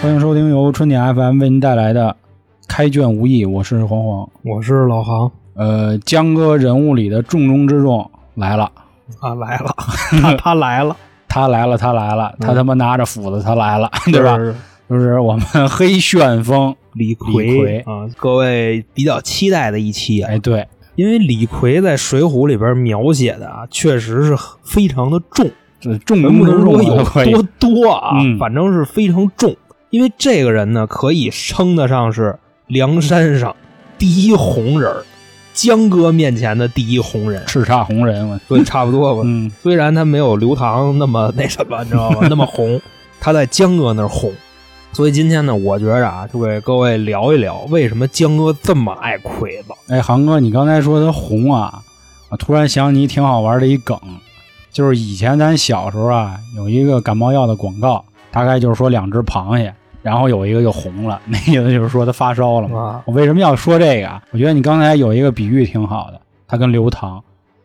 欢迎收听由春点 FM 为您带来的《开卷无益》，我是黄黄。我是老航呃，江哥人物里的重中之重来了，啊，来 了，他他来 了，他来了，他来了，他他妈拿着斧子，他来了， 对吧？嗯是就是我们黑旋风，李李逵逵啊，各位比较期待的一期啊，哎，对，因为李逵在《水浒》里边描写的啊，确实是非常的重，这重中能不之能重啊都说 有可以多多啊？嗯反正是非常重，因为这个人呢，可以称得上是梁山上第一红人儿，江哥面前的第一红人，叱咤红人嘛。所以差不多 吧。嗯，虽然他没有刘唐那么那什 么，你知道吗？那么红，他在江哥那儿红。所以今天呢，我觉着啊，就给各位聊一聊为什么江哥这么爱魁子。哎，航哥，你刚才说他红啊，我突然想起挺好玩的一梗，就是以前咱小时候啊，有一个感冒药的广告，大概就是说两只螃蟹，然后有一个就红了， 那意思就是说他发烧了嘛。啊，我为什么要说这个啊？我觉得你刚才有一个比喻挺好的，他跟刘唐，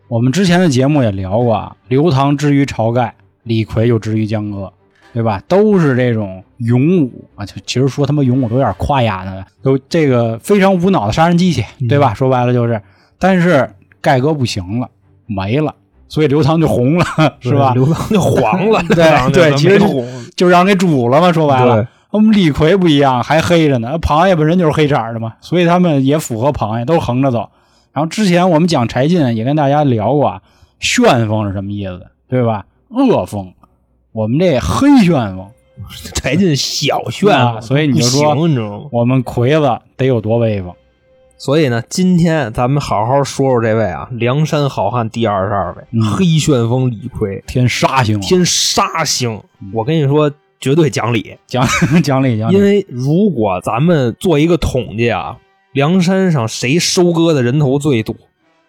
我们之前的节目也聊过啊，刘唐之于晁盖，李逵就之于江哥，对吧？都是这种勇武啊，就其实说他妈勇武都有点夸压呢，都这个非常无脑的杀人机器，嗯对吧？说白了就是，但是盖哥不行了，没了，所以刘唐就红了， 是吧？刘唐就黄了， 对刘唐就对没其实红了就让人给煮了嘛，说白了对。我们李逵不一样，还黑着呢。螃蟹本身就是黑色儿的嘛，所以他们也符合螃蟹，都是横着走。然后之前我们讲柴进也跟大家聊过啊，旋风是什么意思，对吧？恶风，我们这黑旋风，柴进小炫啊所以你就说不行你知道吗？我们魁子得有多威风？所以呢，今天咱们好好说说这位啊，梁山好汉第二十二位、嗯黑旋风李逵，天杀星啊，嗯天杀星。我跟你说，绝对讲理。讲 讲理讲因理，为如果咱们做一个统计啊，梁山上谁收割的人头最多？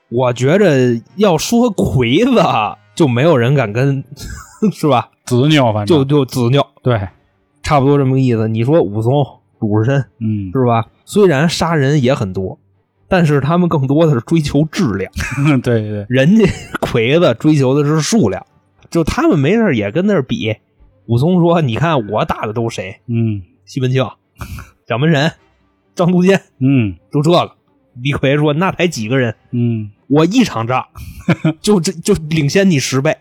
我觉着要说魁子啊，就没有人敢跟， 是吧？子拗反就正就子拗，对，差不多这么个意思。你说武松、鲁智深嗯， 是吧？虽然杀人也很多，但是他们更多的是追求质量，对对对，人家 魁子追求的是数量。就他们没事儿也跟那儿比。武松说：“你看我打的都谁？嗯西门庆、蒋门神、张都监。”嗯就这个。李逵说：“那才几个人，嗯，我一 场仗就这就领先你十倍。”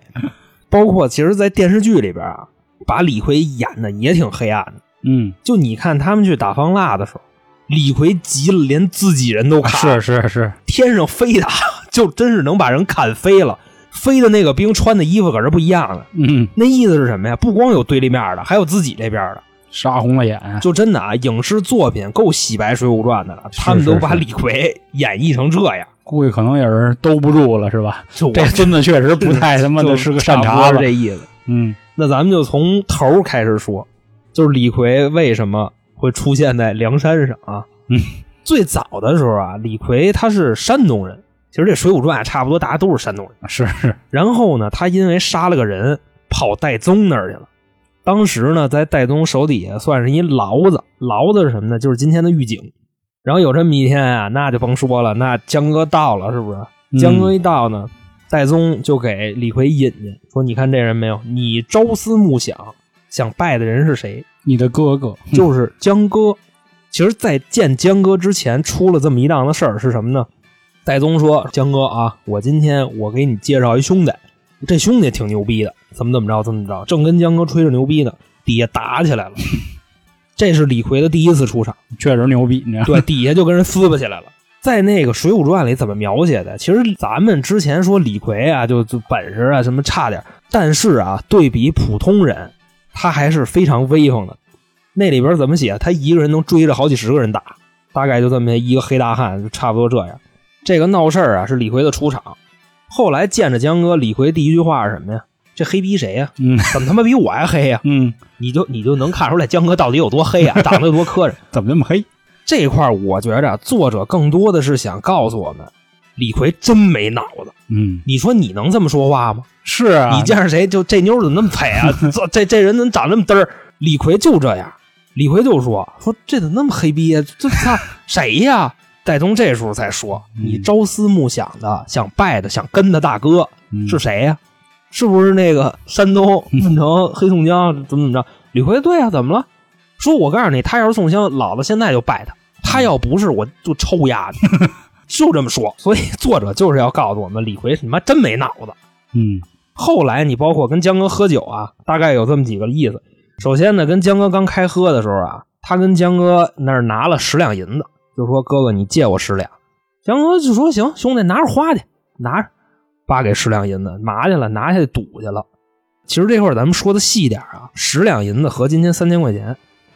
包括其实，在电视剧里边啊，把李逵演的也挺黑暗的。嗯，就你看他们去打方腊的时候，李逵急了，连自己人都砍，啊是是是，天上飞的， 就真是能把人砍飞了。飞的那个兵穿的衣服可是不一样的，嗯，那意思是什么呀？不光有对立面的，还有自己这边的。杀红了眼，就真的啊，影视作品够洗白《水浒传》的了，他们是都是把是李逵演绎成这样。估计可能也是兜不住了，是吧？就我这孙子确实不太他妈的是个善茬就差不多子这。意思。嗯那咱们就从头儿开始说，就是李逵为什么会出现在梁山上啊？嗯， 最早的时候啊，李逵他是山东人，其实这《水浒传》啊，差不多大家都是山东人。是是，然后呢，他因为杀了个人，跑戴宗那儿去了。当时呢，在戴宗手底下算是一牢子，牢子是什么呢？就是今天的狱警。然后有这么一天啊，那就甭说了，那江哥到了，是不是？嗯 江哥一到呢，戴宗就给李逵引去，说：“你看这人没有？你朝思暮想想拜的人是谁？你的哥哥就是江哥。其实，在见江哥之前，出了这么一档子事儿是什么呢？戴宗说：“江哥啊，我今天我给你介绍一兄弟，这兄弟挺牛逼的，怎么怎么着，怎么怎么着，正跟江哥吹着牛逼呢，底下打起来了。 这是李逵的第一次出场，确实牛逼，你知 道？对，底下就跟人撕巴起来了。在那个《水浒传》里怎么描写的？其实咱们之前说李逵啊，就就本事啊什么差点儿，但是啊，对比普通人，他还是非常威风的。那里边怎么写？他一个人能追着好几十个人打，大概就这么一个黑大汉，就差不多这样。这个闹事儿啊，是李逵的出场。后来见着江哥，李逵第一句话是什么呀？这黑逼谁呀、嗯怎么他妈比我还黑呀、嗯，你就你就能看出来江哥到底有多黑啊，长得有多磕碜。怎么这么黑？这一块，我觉着啊作者更多的是想告诉我们，李逵真没脑子。嗯，你说你能这么说话吗？是啊，你见着谁就这妞儿怎么 那么配啊？这这这人怎么长这么嘚儿？李逵就这样，李逵就说说这怎么那么黑逼呀、这他谁呀、戴宗这时候才说，嗯你朝思暮想的想拜的想跟的大哥嗯是谁呀、是不是那个山东运城黑宋江怎么怎么着？李逵对呀、怎么了？说我告诉你，他要是宋香，老子现在就拜他；他要不是，我就抽丫的。就这么说，所以作者就是要告诉我们，李逵你妈真没脑子。嗯后来你包括跟江哥喝酒啊，大概有这么几个意思。首先呢，跟江哥刚开喝的时候啊，他跟江哥那儿拿了十两银子，就说：“哥哥，你借我十两。”江哥就说：“行，兄弟，拿着花去，拿着。”爸给十两银子，拿去了，拿下去赌去了。其实这块儿咱们说的细点儿啊，十两银子合今天三千块钱，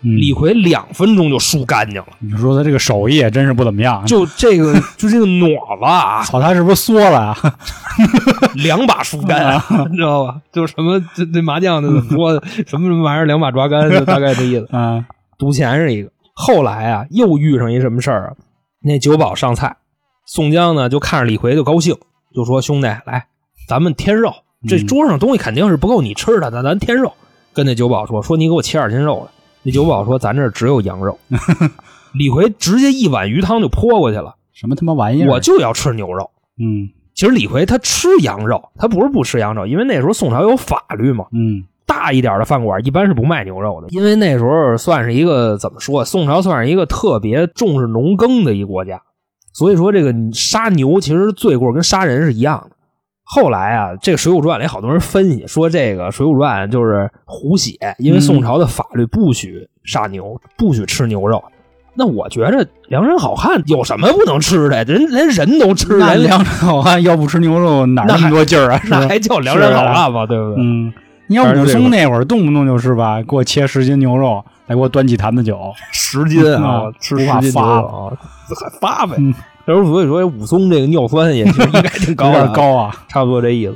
嗯，李逵两分钟就输干净了。你说他这个手艺也真是不怎么样，就这个，就这个脑子啊，操他是不是缩了啊？。两把输 干，啊你知道吧？就是什么这这麻将的 怎么说，什么什么玩意儿，两把抓杆，就大概这意思啊， 赌钱是一个。后来啊，又遇上一什么事儿啊？那酒保上菜，宋江呢就看着李逵就高兴，就说：“兄弟，来，咱们添肉。这嗯桌上东西肯定是不够你吃的，咱咱添肉。”跟那酒保说：“说你给我切二斤肉来。”那酒保说：“咱这儿只有羊 肉。”李逵直接一碗鱼汤就泼过去了， 什么他妈玩意儿？我就要吃牛肉。嗯其实李逵他吃羊肉，他不是不吃羊肉，因为那时候宋朝有法律嘛，嗯大一点的饭馆一般是不卖牛肉的，因为那时候算是一个怎么说，宋朝算是一个特别重视农耕的一国家，所以说这个杀牛其实罪过跟杀人是一样的。后来啊，这个《水浒传》里好多人分析说，这个《水浒传》就是胡写，因为嗯宋朝的法律不许杀牛，不许吃牛肉。那我觉着梁山好汉有什么不能吃的？人连人都吃，那人梁山 好汉要不吃牛肉哪儿那那么还多劲儿啊？是吧那还叫梁山好汉吗？对不对？嗯，你要武松那会儿动不动就是吧，给我切十斤牛肉，再给我端几坛子酒，十斤啊嗯，吃不十怕斤牛发肉啊，还发呗嗯。然后所以说武松这个尿酸也 是应该挺有高的点啊，高啊。差不多这意思。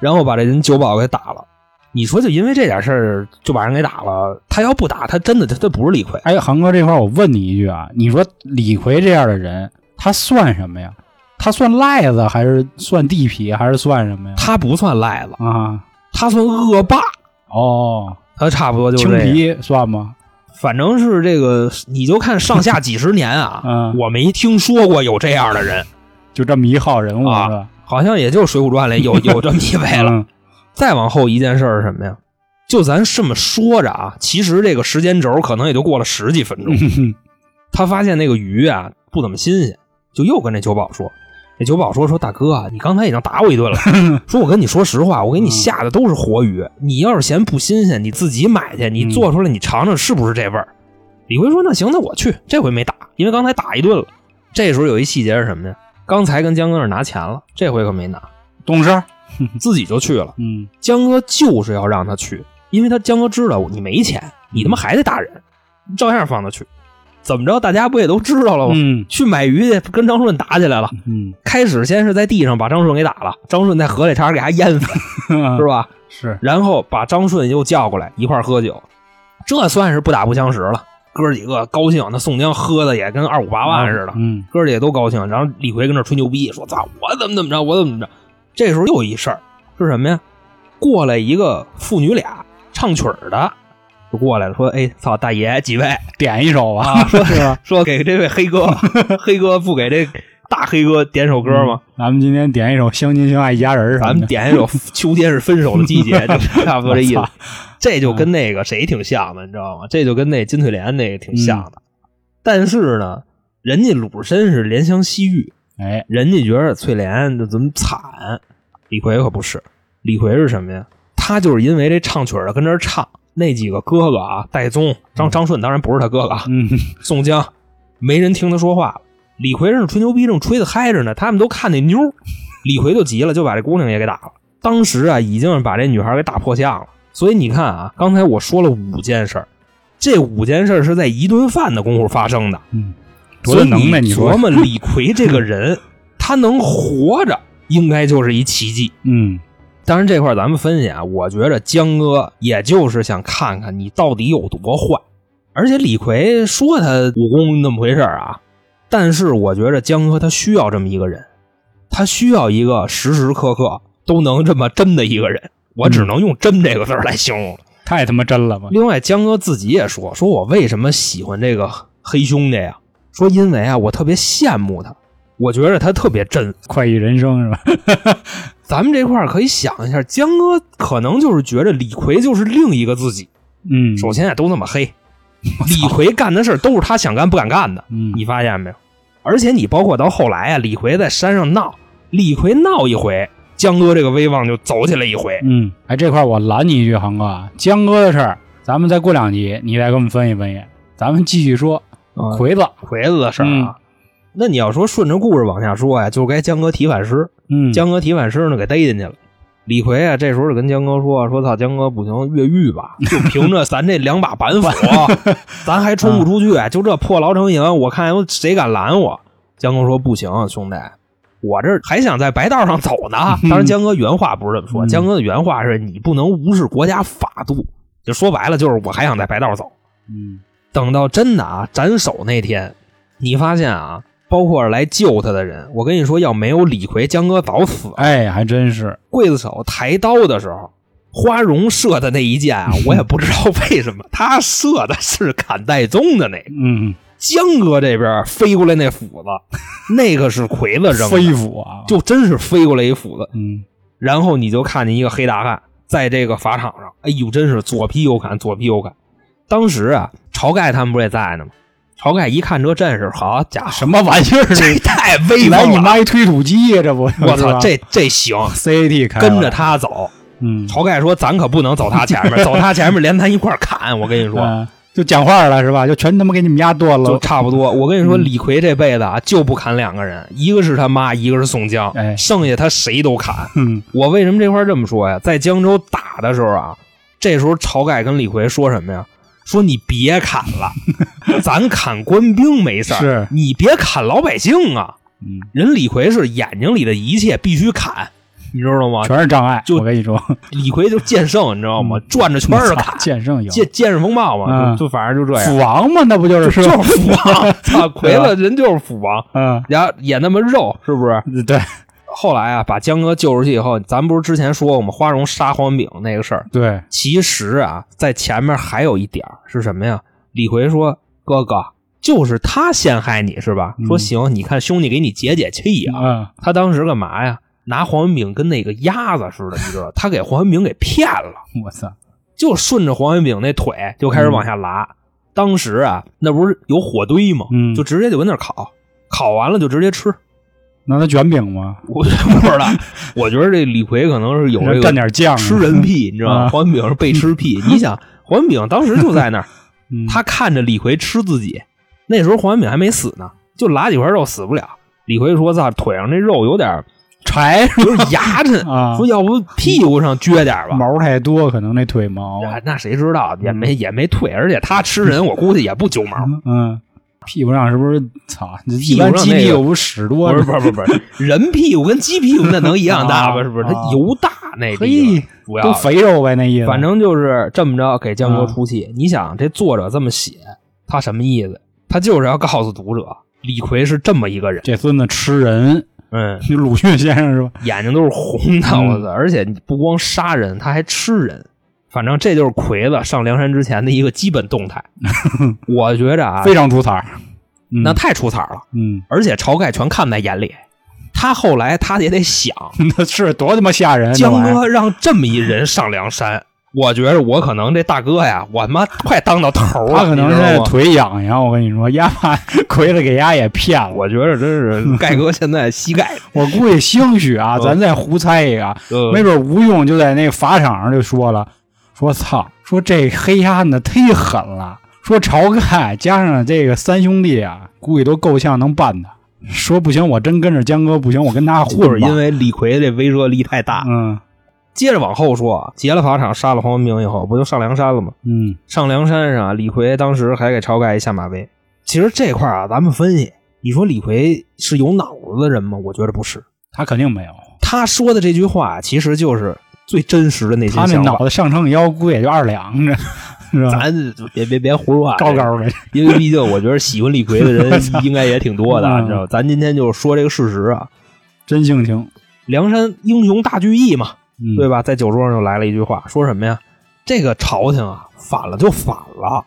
然后把这人酒保给打了。你说就因为这点事儿就把人给打了，他要不打他真的他他不是李逵，哎，航哥这块儿我问你一句啊，你说李逵这样的人，他算什么呀？他算癞子还是算地痞还是算什么呀？他不算赖子，啊，他算恶霸，哦，他差不多就青这样。皮算吗？反正是这个，你就看上下几十年啊嗯，我没听说过有这样的人，就这么一号人物啊是吧？好像也就《水浒传》里 有有这么一位了。嗯再往后一件事儿是什么呀？就咱这么说着啊，其实这个时间轴可能也就过了十几分钟。他发现那个鱼啊不怎么新鲜，就又跟那酒保说：“那酒保说说大哥啊，你刚才已经打我一顿了，说我跟你说实话，我给你下的都是活鱼，你要是嫌不新鲜，你自己买去，你做出来你尝尝是不是这味儿。”李逵说：“那行，那我去，这回没打，因为刚才打一顿了。”这时候有一细节是什么呢？刚才跟江哥那儿拿钱了，这回可没拿，懂事儿，自己就去了。嗯江哥就是要让他去，因为他江哥知道你没钱，你他妈还得打人，照样放他去。怎么着，大家不也都知道了吗？嗯去买鱼去，跟张顺打起来了。嗯，开始先是在地上把张顺给打了，张顺在河里差点给他淹死，是吧？嗯是，然后把张顺又叫过来一块儿喝酒，这算是不打不相识了。哥几个高兴，那宋江喝的也跟二五八万似的，嗯哥儿几个都高兴，然后李逵跟那儿吹牛逼，说：“操，我怎么怎么着，我怎么怎么着。”这时候又一事儿是什么呀？过来一个父女俩唱曲儿的，就过来了，说：“哎，操，大爷几位，点一首吧，啊 是吧？说给这位黑 哥，黑哥不给这大黑哥点首歌吗？咱们今天点一首《相亲相爱一家人》什咱么们的，点一首《秋天是分手的季节》，就差不多这意思嗯 我操。这就跟那个谁挺像的，你知道吗？这就跟那金翠莲那个嗯挺像的。但是呢，人家鲁智深是怜香惜玉，哎，人家觉得翠莲这怎么惨，李逵可不是，李逵是什么呀？他就是因为这唱曲儿的跟这儿唱，那几个哥哥啊，戴宗、张张顺当然不是他哥哥啊，嗯宋江，没人听他说话了。李逵正吹牛逼，正吹得嗨着呢，他们都看那妞儿，李逵就急了，就把这姑娘也给打了。当时啊，已经把这女孩给打破相了。所以你看啊，刚才我说了五件事儿，这五件事儿是在一顿饭的功夫发生的。嗯，多大能耐？所以你你说 琢，磨李逵这个人，他能活着，应该就是一奇迹。嗯当然，这块儿咱们分析啊，我觉着江哥也就是想看看你到底有多坏。而且李逵说他武功那么回事儿啊，但是我觉着江哥他需要这么一个人，他需要一个时时刻刻都能这么真的一个人。我嗯只能用“真”这个字儿来形容了。太他妈真了吧！另外，江哥自己也说，说我为什么喜欢这个黑兄弟呀、说因为啊，我特别羡慕他，我觉着他特别真。快意人生是吧？咱们这块儿可以想一下，江哥可能就是觉着李逵就是另一个自己。嗯，首先啊，都那么黑，李逵干的事儿都是他想干不敢干的，嗯，你发现没有？而且你包括到后来啊，李逵在山上闹，李逵闹一回，江哥这个威望就走起来一回。嗯，哎，这块儿我拦你一句，航哥啊，江哥的事儿，咱们再过两集，你再给我们分析分析。咱们继续说魁魁子，魁子的事儿啊，那你要说顺着故事往下说呀、就该江哥提反诗，嗯，江哥提反诗呢给逮进去了。李逵啊，这时候就跟江哥说：“说操，江哥不行，越 狱吧！就凭着咱这两把板斧，啊咱还冲不出去。就这破牢城营，我看谁敢拦我？”江哥说：“不行，兄弟，我这还想在白道上走呢。”当然，江哥原话不是这么说，嗯江哥的原话是：“你不能无视国家法度。”就说白了，就是我还想在白道走。嗯等到真的啊斩首那天，你发现啊，包括来救他的人，我跟你说，要没有李逵，江哥早死了。哎，还真是，刽子手抬刀的时候，花荣射的那一 箭啊，我也不知道为什么，他射的是砍戴宗的那个。嗯，江哥这边飞过来那斧子，那个是魁子 扔飞的，斧啊，就真是飞过来一斧子。嗯然后你就看见一个黑大汉在这个法场上，哎呦，真是左劈右砍，左劈右砍。当时啊，晁盖他们不也在呢吗？晁盖一看这阵势，好家伙，什么玩意儿？这太威来风你了！妈一推土机呀！这不，我是吧操，这这行， CAT 开了跟着，他走。嗯，晁盖说：“咱可不能走他前 面，走他前面连咱一块儿砍。”我跟你说，嗯就讲话了是吧？就全他妈给你们家剁就了。差不多。我跟你说，嗯李逵这辈子啊，就不砍两个人，一个是他妈，一个是宋江，哎剩下他谁都砍。嗯我为什么这块儿这么说呀？在江州打的时候啊，这时候晁盖跟李逵说什么呀？说你别砍 了，咱砍官兵没事儿是，你别砍老百姓啊。嗯，人李逵是眼睛里的一切必须砍，你知道吗？全是障碍。啊就我跟你说，李逵就剑圣，你知道吗？嗯转着 圈儿的砍。剑圣有见见识风暴嘛，嗯就就反正就这样， 斧王嘛，那不就是啊就是吧？斧王，操，魁 对吧子人就是斧王，嗯，然后也那么肉，是不是？对后来啊，把江哥救出去以后，咱不是之前说过吗？花荣杀黄文炳那个事儿，对，其实啊，在前面还有一点儿是什么呀？李逵说：“哥哥，就是他陷害你是吧？”嗯说行，你看兄弟给你解解气啊。嗯他当时干嘛呀？拿黄文炳跟那个鸭子似的，你知道，他给黄文炳给骗了。我操，就顺着黄文炳那腿就嗯开始往下拉。当时啊，那不是有火堆吗？嗯就直接就跟那儿烤，烤完了就直接 吃。那他卷饼吗？我不知道，我觉得这李逵可能是有这蘸个点酱，吃人屁，你知道吗？啊黄文炳是被吃 屁。你想，黄文炳当时就在那儿，嗯他看着李逵吃自己。那时候黄文炳还没死呢，就拉几块肉死不了。李逵说：“操，腿上这肉有点柴，有点牙碜 啊说，要不屁股上撅点吧。”毛嗯太多，可能那腿毛，啊，那谁知道也没也没退，而且他吃人，我估计也不揪毛。嗯，屁股上是不是？操，屁一股上般那个鸡屁股不屎多不是吗？不是不是不是， 人屁股跟鸡屁股那能一样大吗？啊是不是？它啊油大那地嘿方，主要都的肥肉呗，那意思。反正就是这么着给江哥啊出气。你想这作者这么写，他什么意思？他就是要告诉读者，李逵是这么一个人，这孙子吃人， 嗯，就鲁迅先生是吧？眼睛都是红的，嗯我操！而且你不光杀人，他还吃人。反正这就是魁子上梁山之前的一个基本动 态，我觉着啊，非常出彩儿。嗯那太出彩了。嗯，而且晁盖全看在眼里。他后来他也得想，那是多他妈吓人！这江哎玩意儿哥让这么一人上梁山，我觉着我可能这大哥呀，我他妈快当到头了，他可能你知是道吗？腿痒痒，我跟你说，丫 把魁子给丫也骗了。我觉着真是 盖哥现在膝盖，我估计兴许啊，嗯咱再胡猜一个啊，呃没准吴用就在那个法场上就说了，说操，说这黑鸭子忒狠了，说晁盖加上这个三兄弟啊，估计都够呛能办的。说不行，我真跟着江哥不行，我跟他混吧。就是因为李逵这威慑力太大。嗯接着往后说啊，劫了法场，杀了黄文炳以后，不就上梁山了吗？嗯上梁山上啊，李逵当时还给晁盖一下马威。其实这块儿啊，咱们分析，你说李逵是有脑子的人吗？我觉得不是。他肯定没有，他说的这句话啊其实就是最真实的内他心那想脑法。子上秤腰估计也就二两，这 是吧？咱就别别别胡说话，高高的，因为毕竟我觉得 喜欢李逵的人应该也挺多的，啊嗯你知道吧？咱今天就是说这个事实啊，真性情，梁山英雄大聚义嘛，嗯、对吧？吧？在酒桌上就来了一句话，说什么呀？这个朝廷啊，反了就反了。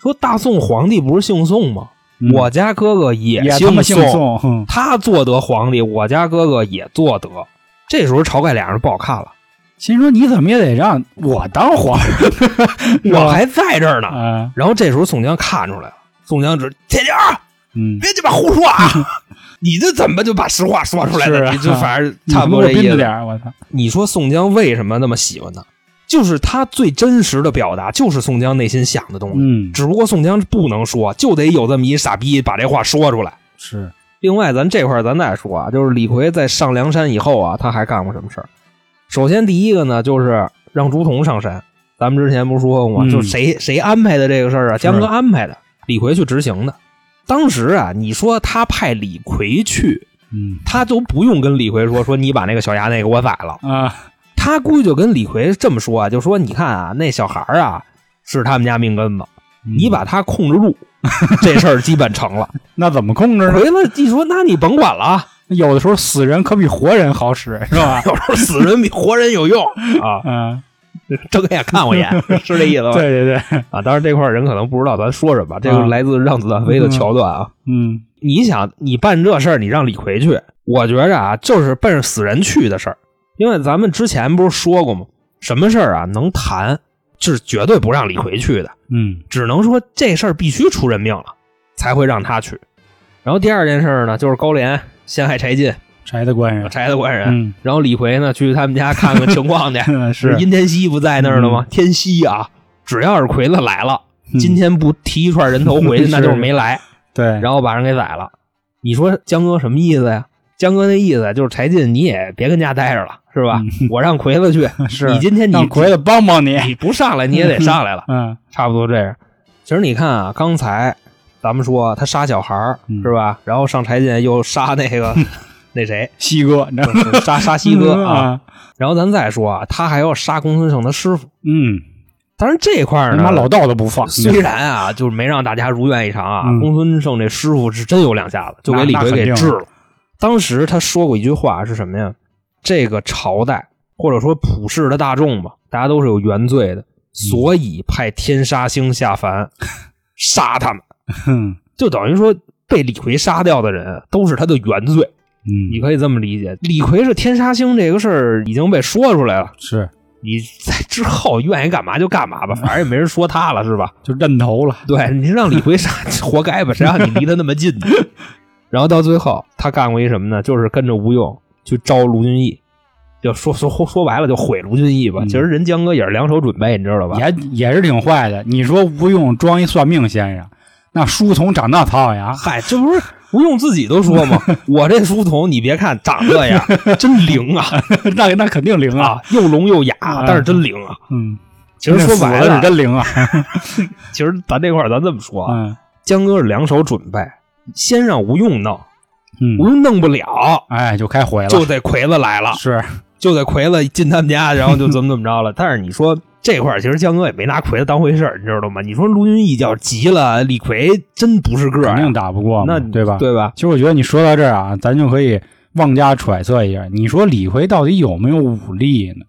说大宋皇帝不是姓宋吗？我家哥哥也嗯也他姓妈姓宋，哼 他做得皇帝，我家哥哥也做得。这时候晁盖脸上不好看了，心说你怎么也得让我当皇上 我还在这儿呢。啊，然后这时候宋江看出来了，宋江只铁姐儿，嗯，别鸡巴胡说啊！你这怎么就把实话说出来是了？啊你就反正你差不多给我这意斌着思点。儿，我操，你说宋江为什么那么喜欢他？就是他最真实的表达，就是宋江内心想的东西。嗯，只不过宋江不能说，就得有这么一傻逼把这话说出来。是，另外，咱这块儿咱再说啊，就是李逵在上梁山以后啊，他还干过什么事儿？首先，第一个呢，就是让朱仝上山。咱们之前不是说过吗？嗯就是谁谁安排的这个事儿啊？江哥安排的，李逵去执行的。当时啊，你说他派李逵去，嗯他都不用跟李逵说说你把那个小衙内给我宰了，啊，他估计就跟李逵这么说啊，就说你看啊，那小孩儿啊是他们家命根子，你把他控制住，这事儿基本成了。那怎么控 制呢？回来一说，那你甭管了啊，有的时候死人可比活人好 ？使，是吧有时候死人比活人有用啊！嗯， 睁开眼看我一眼， 是这意思吧？对对对，啊，当然这块儿人可能不知道咱说什么，这个啊来自《让子弹飞》的桥段啊。嗯你想，你办这事儿，你让李逵去，我觉着啊，就是奔着死人去的事儿。因为咱们之前不是说过吗？什么事儿啊能谈，是绝对不让李逵去的，嗯只能说这事儿必须出人命了，才会让他去。然后第二件事儿呢，就是高廉陷害柴进，柴的官人，柴的官人，嗯，然后李逵呢去他们家看看情况去，是殷天锡不在那儿了吗？天锡啊，只要是奎子来了，嗯今天不提一串人头回去，是那就是没来，对，然后把人给宰了。你说江哥什么意思呀？江哥那意思就是柴进，你也别跟家待着了，是吧？我让奎子去，是你今天你让奎子帮帮 你，你不上来，你也得 上来了，嗯差不多这样。其实你看啊，刚才咱们说他杀小孩儿嗯是吧？然后上柴进又杀那个那谁，西哥，你知道吗？杀杀西 哥啊。啊，然后咱再说啊，他还要杀公孙胜的师傅。嗯，当然这块儿他呢，妈老道都不放，虽然啊，就是没让大家如愿以偿啊，嗯公孙胜这师傅是真有两下子，就给李逵给治了。当时他说过一句话是什么呀？这个朝代或者说普世的大众吧，大家都是有原罪的，所以派天杀星下凡、杀他们，嗯就等于说被李逵杀掉的人都是他的原罪。你嗯，可以这么理解，李逵是天杀星这个事儿已经被说出来了，是你在之后愿意干嘛就干嘛吧，反正也没人说他了，是吧？就认头 了，对你让李逵杀， 活该吧？谁让你离他那么近呢？ 然后到最后，他干过一什么呢？就是跟着吴用去招卢俊义，就说说说白了就毁卢俊义吧。嗯其实人江哥也是两手准备，你知道吧？也也是挺坏的。你说吴用装一算命先生，那书童长那套呀， 嗨，这不是吴用自己都说吗？ 我这书童，你别看长这样， 真灵啊那那肯定灵啊，啊，又聋又哑，啊但是真灵啊。嗯，其实说白那死了是，真灵啊，其实咱这块儿咱这么说啊，嗯江哥是两手准备，先让吴用弄，嗯，吴用弄不了，哎，就开回了，啊就得奎子来了。是就得奎子进他们家，然后就怎么怎么着了。但是你说这块儿，其实江哥也没拿奎子当回事儿，你知道吗？你说卢俊义要急了，李逵真不是个肯儿呀定，打不过嘛，那啊对吧？对吧？其实我觉得你说到这儿啊，咱就可以妄加揣测一下，你说李逵到底有没有武力呢？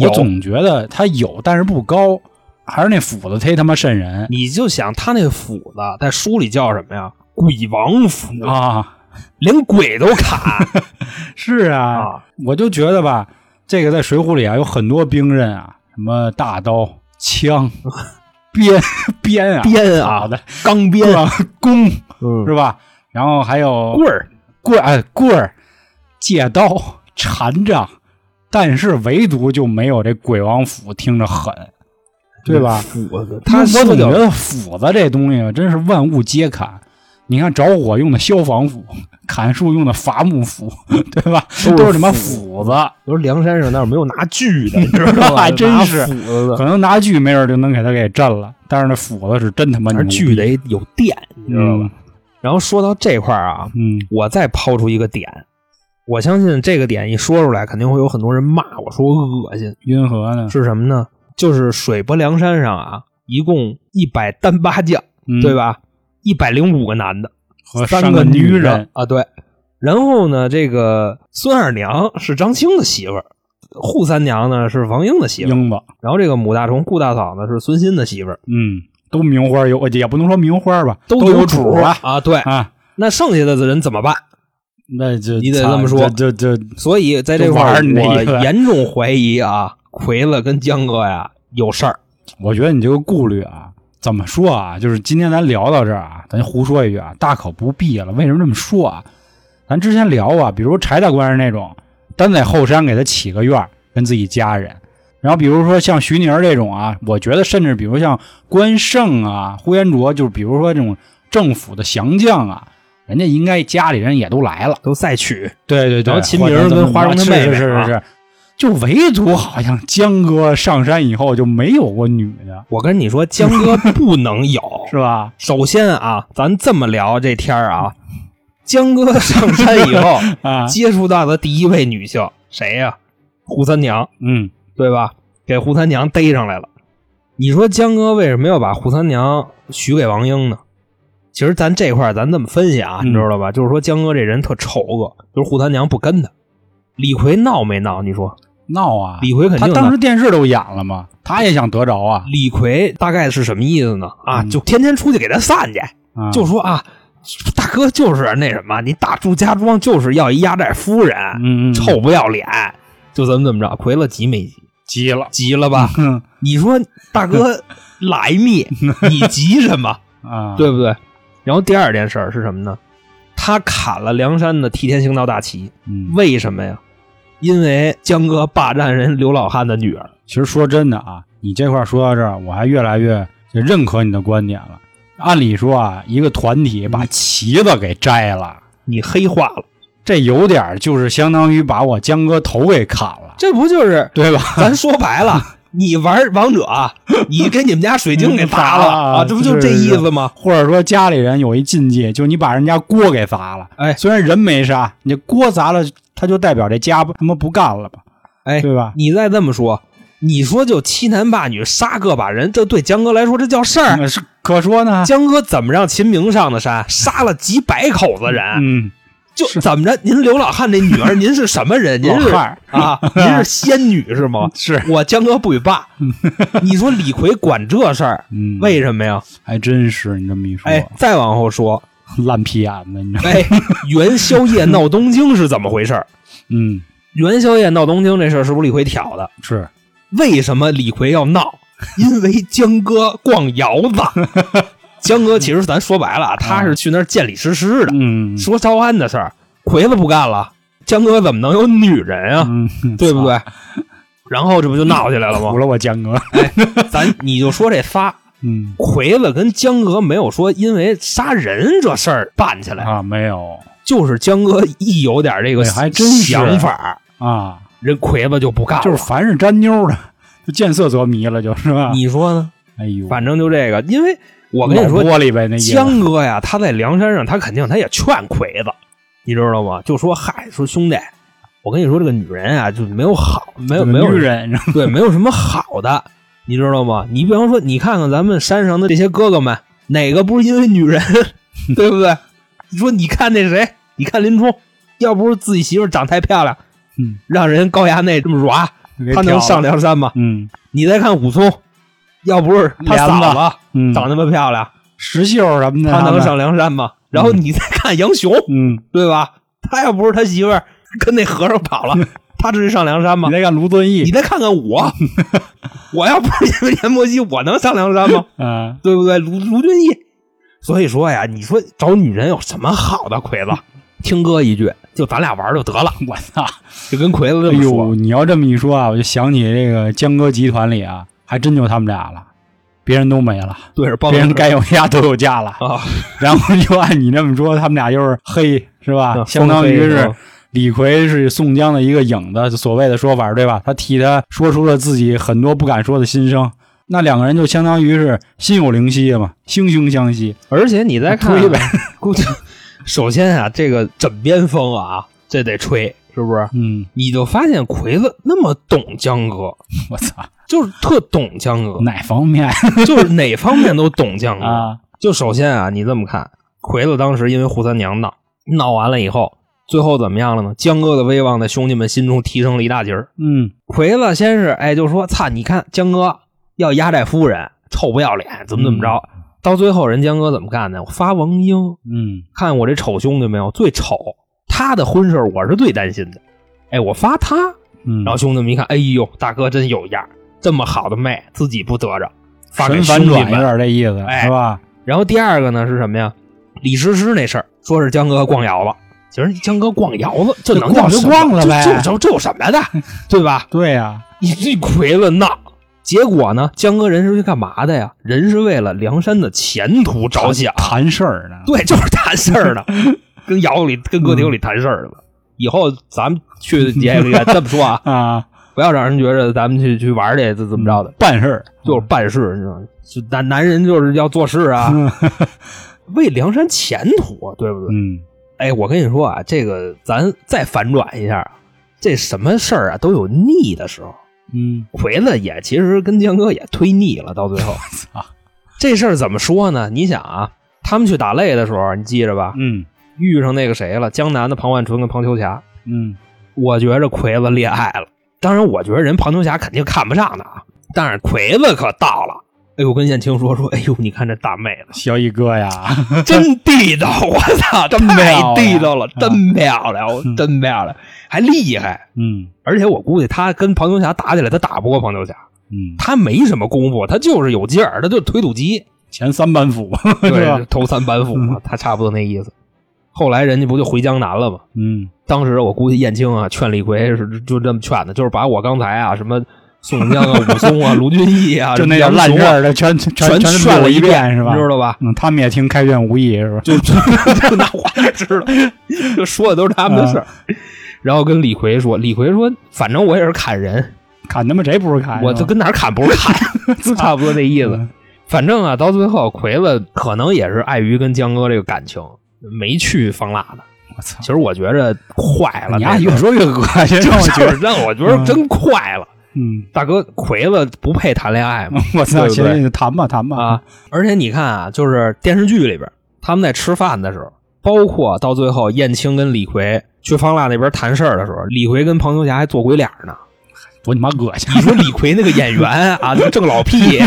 我有总觉得他有，但是不高，还是那斧子忒他妈瘆人你就想他那斧子在书里叫什么呀？鬼王斧，啊！连鬼都砍是啊，啊！我就觉得吧，这个在《水浒》里啊有很多兵刃啊，什么大刀、 枪、鞭、鞭啊、鞭好啊，的钢鞭，弓嗯，是吧？然后还有棍儿，棍儿哎棍儿、借刀、禅杖，但是唯独就没有这鬼王斧听着狠，对吧？斧子，我他说总的觉叫得斧子这东西啊真是万物皆砍。你看着火用的消防斧，砍树用的伐木斧，对吧？都是都是什么斧斧子？都是梁山上那儿没有拿锯的，你知道吧？还真是拿斧子的，可能拿锯没准就能给他给震了，但是那斧子是真他妈牛而逼锯得有电，你知道吧？嗯然后说到这块儿啊，嗯我再抛出一个点，我相信这个点一说出来，肯定会有很多人骂我说恶心，晕河呢？是什么呢？就是水泊梁山上啊，一共一百单八将，嗯对？吧？一百零五个男的，和三个女的人，啊，对。然后呢，这个孙二娘是张青的媳妇儿，扈三娘呢是王英的媳妇儿，英子，然后这个母大虫顾大嫂呢是孙欣的媳妇儿，嗯，都名花有，也不能说名花吧，都有主了了啊。对，啊。那剩下的人怎么办？那就你得操这么说就就就所以在这块就儿玩，你那我意思严重怀疑啊，奎子跟江哥呀有事儿。我觉得你这个顾虑啊，怎么说啊？就是今天咱聊到这儿啊，咱胡说一句啊，大可不必了。为什么这么说啊？咱之前聊啊，比如柴大官人那种，单在后山给他起个院儿，跟自己家人。然后比如说像徐宁儿这种啊，我觉得甚至比如像关胜啊、呼延灼，就是比如说这种政府的降将啊，人家应该家里人也都来了。都再娶，对对然后秦或明者怎跟么花着荣他是妹妹是是啊是是，就唯独好像江哥上山以后就没有过女的，我跟你说，江哥不能有。 是吧？首先啊，咱这么聊这天儿啊，江哥上山以后 啊，接触到的第一位女性谁呀、扈三娘，嗯，对吧？给扈三娘逮上来了。你说江哥为什么要把扈三娘许给王英呢？其实咱这块儿咱这么分析啊，嗯你知道吧？就是说江哥这人特丑恶，就是扈三娘不跟他。李逵闹没闹？你说闹啊！李逵肯他定闹。当时电视都演了嘛，他也想得着啊，李逵大概是什么意思呢？啊，嗯就天天出去给他散去，啊就说啊，大哥就是那什么，你大祝家庄就是要一压寨夫人，嗯嗯嗯臭不要脸，就怎么怎么着，奎了急没急？急了急了 吧？哼你说大 哥来 密，你急什么？啊，对不对？然后第二件事儿是什么呢？他砍了梁山的替天行道大旗，嗯，为什么呀？因为江哥霸占人刘老汉的女儿，其实说真的啊，你这块儿说到这儿，我还越来越就认可你的观点了。按理说啊，一个团体把旗子给摘了，你黑化了，这有点儿就是相当于把我江哥头给砍了，这不 就是对吧？咱说白了，你玩王者，啊你给你们家水晶给砸了啊，这不就是这意思吗？啊或者说家里人有一禁忌，就是你把人家锅给砸了，哎虽然人没杀，你这锅砸了，他就代表这家不他妈不干了吧？哎对吧？你再这么说，你说就欺男霸女、杀个把人，这对江哥来说这叫事儿。嗯是可说呢， 江哥怎么让秦明上的山？杀了几百口子人，嗯，就怎么着？您刘老汉这女儿，您是什么 人？您是老汉啊，您是仙女是吗？是，我江哥不 许霸。你说李逵管这事儿，嗯，为什么呀？还真是你这么一说，哎，再往后说，烂屁眼子，你知道？哎，元宵夜闹东京是怎么回事儿？嗯，元宵夜闹东京这事儿是不是李逵挑的？是为什么李逵要 闹？因为江哥逛窑子。江哥其实咱说白了啊，他是去那儿见李师师的，嗯，说招安的事儿。奎子不干了，江哥怎么能有女人啊？嗯， 对不对？然后这不就闹起来了苦吗？了我江哥，咱你就说这仨，嗯奎子跟江哥没有说因为杀人这事儿办起来，啊，没有就是江哥一有点这个哎还真是想法，啊，人奎子就啊不干了。就是凡是沾妞的，就见色则迷了，就是吧？你说呢？哎呦，反正就这个，因为我跟你说老，玻璃呗，那意思，江哥呀，他在梁山上，他肯定他也劝奎子，你知道吗？就说嗨，说兄弟，我跟你说，这个女人啊，就没有好，没有没有女人， 对，没有什么好的，你知道吗？你比方说，你看看咱们山上的这些哥哥们，哪个不是因为女人， 对不对？你说，你看那谁，你看林冲，要不是自己媳妇长太漂亮，嗯，让人高衙内这么耍，给他挑了能上，梁山吗？嗯你再看武松，要不是他帘子嫂子嗯，长那么漂亮。石秀什么的，他能们，上梁山吗？然后你再看杨雄，嗯，对吧？他要不是他媳妇儿跟那和尚 跑了，他至于上梁山吗你？再看卢俊你义，再看看 我，我要不是因为阎摩西，我能上梁山 吗？ 嗯，对不对？卢卢俊义，所以说呀，你说找女人有什么好的？奎子，听哥一句，就咱俩玩儿就得了，我操，就跟奎子这哎么说呦，，你要这么一说啊，我就想起这个江歌集团里啊，还真就他们俩了，别人都没了，对着帮别人该有家都有家 了。啊，然后就按你这么说，他们俩就是黑是吧？啊啊相当于是李逵是宋江的一个影子，所谓的说法对吧？他替他说出了自己很多不敢说的心声。那两个人就相当于是心有灵犀嘛，惺惺相惜。而且你再看啊吹呗，估计首先啊，这个枕边风啊，这得吹，是不是？嗯，你就发现奎子那么懂江哥，我 操，就是特懂江 哥，哪方面就是哪方面都懂江哥。啊？就首先啊，你这么看，奎子当时因为扈三娘闹，闹完了以后，最后怎么样了呢？江哥的威望在兄弟们心中提升了一大截儿。嗯，奎子先是哎就说：“操，你看江哥要压寨夫人，臭不要脸，怎么怎么着。到最后，人江哥怎么干呢？我发王英，嗯，看我这丑兄弟没有，最丑，他的婚事儿我是最担心的。哎，我发他，嗯，然后兄弟们一看，哎呦，大哥真有样儿，这么好的妹自己不得着，发给神兄反弟转有们。点这意思，哎是吧？然后第二个呢是什么呀？李师师那事儿，说是江哥逛窑子，其实江哥逛窑子这就能叫逛就什么逛了呗这这这有什 么的，对吧？对呀，你这魁子闹。结果呢？江哥人是去干嘛的呀？人是为了梁山的前途着 想，谈事儿呢。对，就是谈事 儿的，跟窑里跟歌厅里谈事儿的了。以后咱们去也也这么说 啊，啊，不要让人觉得咱们去去玩儿去怎怎么着的，办事儿就是办事，你知道吗？就男男人就是要做事啊，为梁山前途，啊对不对？嗯，哎，我跟你说啊，这个咱再反转一下啊，这什么事儿啊都有逆的时候。嗯奎子也其实跟江哥也忒逆了，到最后操，这事儿怎么说呢？你想啊，他们去打擂的时候，你记着吧，嗯遇上那个谁了，江南的庞万春跟庞秋霞，嗯我觉着奎子恋爱了。当然，我觉得人庞秋霞肯定看不上他啊，但是奎子可到了。哎呦，跟燕青说说，哎呦，你看这大妹子小一哥呀， 真地道，我操，真漂亮太地道了，啊真漂亮，我嗯真漂亮，还厉害。嗯而且我估计他跟庞秋霞打起来，他打不过庞秋霞，嗯，他没什么功夫，他就是有劲儿，他就是推土机。前三板斧 是对，吧？嗯头三板斧嘛，他差不多那意思。后来人家不就回江南了吗？ 嗯当时我估计燕青啊劝李逵是就这么劝的，就是把我刚才啊什么宋江啊、武松 啊、卢俊义啊，就那点杨烂雄事啊儿的全全全劝了了一遍是吧你？知道吧？嗯，他们也听开卷无益是吧？就就 就那我也知道，就说的都是他们的事儿。啊然后跟李逵说，李逵说，反正我也是砍人，砍他妈谁不是砍？啊我这 这跟哪儿砍啊不是砍， 差不多那意思嗯。反正啊，到最后奎子可能也是碍于跟江哥这个感情，没去放辣的。我操其！实我觉着快了，你丫这越事儿说越恶 心，让我觉就得是让我觉得真快了。嗯，大哥，魁子不配谈恋爱吗？我操！对不行对，你谈吧谈吧啊！而且你看啊，就是电视剧里边他们在吃饭的时候，包括到最后燕青跟李逵去方腊那边谈事儿的时候，李逵跟庞秋霞还做鬼脸呢。嗯多你妈恶心！你说李逵那个演员啊， 那个郑老屁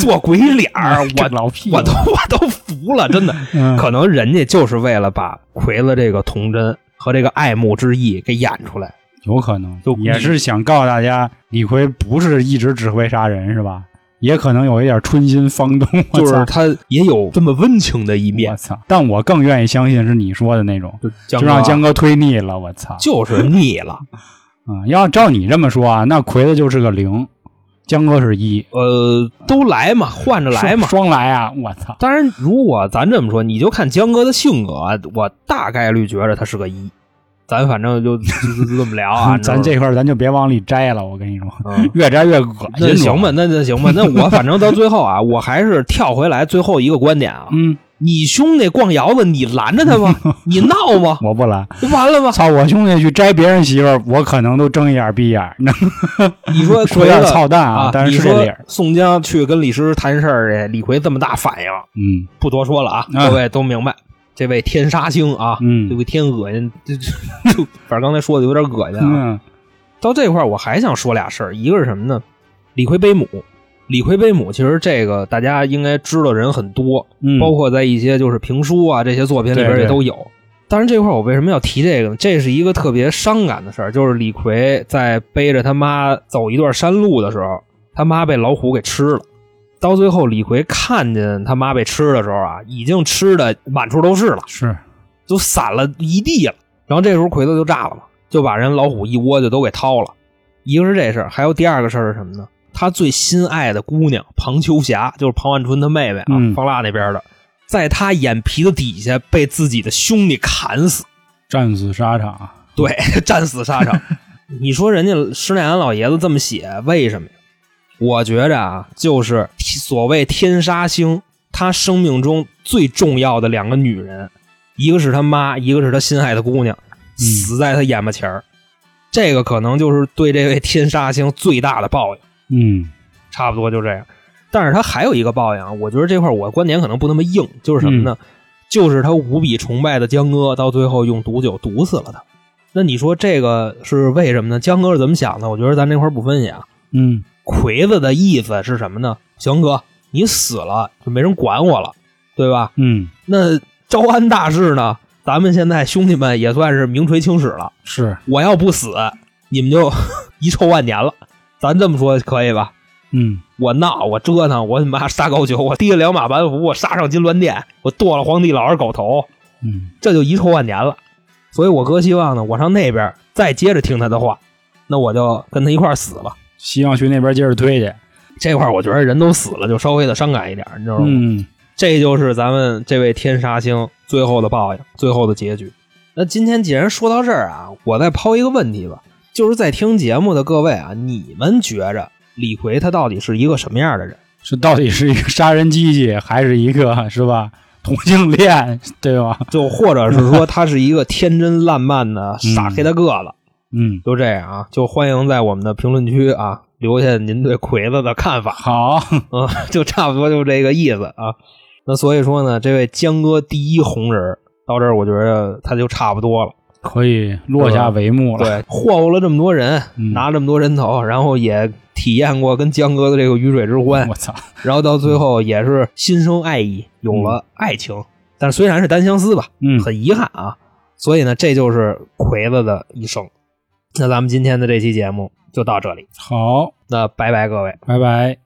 做鬼脸儿， 这啊我老屁我都我都服了，真的。嗯可能人家就是为了把魁子这个童真和这个爱慕之意给演出来。有可能就也是想告诉大家，李逵不是一直只会杀人是吧？也可能有一点春心放动，我就操是他也有这么温情的一面我。操！但我更愿意相信是你说的那种，就就江让哥江哥推腻了。我操！就是腻了。啊、要照你这么说啊，那奎子就是个零，江哥是一，呃，都来嘛，换着来嘛。双双来啊！我操！当然，如果咱这么说，你就看江哥的性格啊，我大概率觉着他是个一。咱反正就 就就就这么聊 啊，咱你知这块儿咱就别往里摘了，我跟你说，道 吗。嗯越摘越恶心。那行吧，，那那行吧，那我反正到最后啊，我还是跳回来最后一个观点啊，嗯，你兄弟逛窑子，你拦着他 吗？你闹吗？我不拦。不完了吗？操，我兄弟去摘别人媳妇儿，我可能都睁一眼闭一眼。那你说说奎有点子操蛋啊，但你是是这说理儿。宋江去跟李师师谈事儿去，李逵这么大反应，嗯不多说了啊，嗯各位都明白，这位天杀星啊，这嗯位天恶心，这 这就反正刚才说的有点恶心啊。嗯到这块儿我还想说俩事儿，一个是什么呢？李逵背母，李逵背母，其实这个大家应该知道人很多，嗯，包括在一些就是评书啊这些作品里边对对也都有。当然这块儿我为什么要提这个呢？这是一个特别伤感的事儿，就是李逵在背着他妈走一段山路的时候，他妈被老虎给吃了。到最后，李逵看见他妈被吃的时候啊，已经吃的满处都是了，是就散了一地了。然后这时候奎子就炸了嘛，就把人老虎一窝就都给掏了。一个是这事儿，还有第二个事儿是什么呢？他最心爱的姑娘庞秋霞，就是庞万春他妹妹啊，嗯方腊那边的，在他眼皮子底下被自己的兄弟砍死，战死沙场。对， 战死沙场。你说人家施耐庵老爷子这么写，为什么呀？我觉着啊，就是所谓天杀星，他生命中最重要的两个女人，一个是他妈，一个是他心爱的姑娘，死在他眼巴前儿。这个可能就是对这位天杀星最大的报应，嗯差不多就这样。但是他还有一个报应啊，我觉得这块儿我观点可能不那么硬，就是什么呢？就是他无比崇拜的江哥，到最后用毒酒毒死了他。那你说这个是为什么呢？江哥是怎么想的？我觉得咱这块儿不分析啊。嗯魁子的意思是什么呢？行哥，你死了就没人管我了，对吧？嗯，那招安大事呢？咱们现在兄弟们也算是名垂青史了。是我要不死，你们就 遗臭万年了。咱这么说可以吧？嗯，我闹，我折腾，我他妈杀高俅，我提了两马板斧，我杀上金銮殿，我剁了皇帝老儿狗头，嗯，这就遗臭万年了。所以我哥希望呢，我上那边儿再接着听他的话，那我就跟他一块儿死吧。希望去那边接着推去。这块儿我觉得人都死了，就稍微的伤感一点儿，你知道吗？嗯这就是咱们这位天杀星最后的报应，最后的结局。那今天既然说到这儿啊，我再抛一个问题吧，就是在听节目的各位啊，你们觉着李逵他到底是一个什么样的人？是到底是一个杀人机器，还是一个是吧同性恋，对吧？就或者是说他是一个天真烂漫的傻黑大个子？嗯，就这样啊，就欢迎在我们的评论区啊留下您对魁子的看 法。好，嗯，就差不多就这个意思啊。那所以说呢，这位江哥第一红人儿到这儿，我觉得他就差不多了。可以落下帷幕了。对，霍霍了这么多人，嗯拿这么多人头，然后也体验过跟江哥的这个鱼水之欢 我，操，然后到最后也是心生爱意，有了爱情。但虽然是单相思吧，嗯，很遗憾啊。所以呢，这就是魁子的一生。那咱们今天的这期节目就到这里，好，那拜拜各位。拜拜。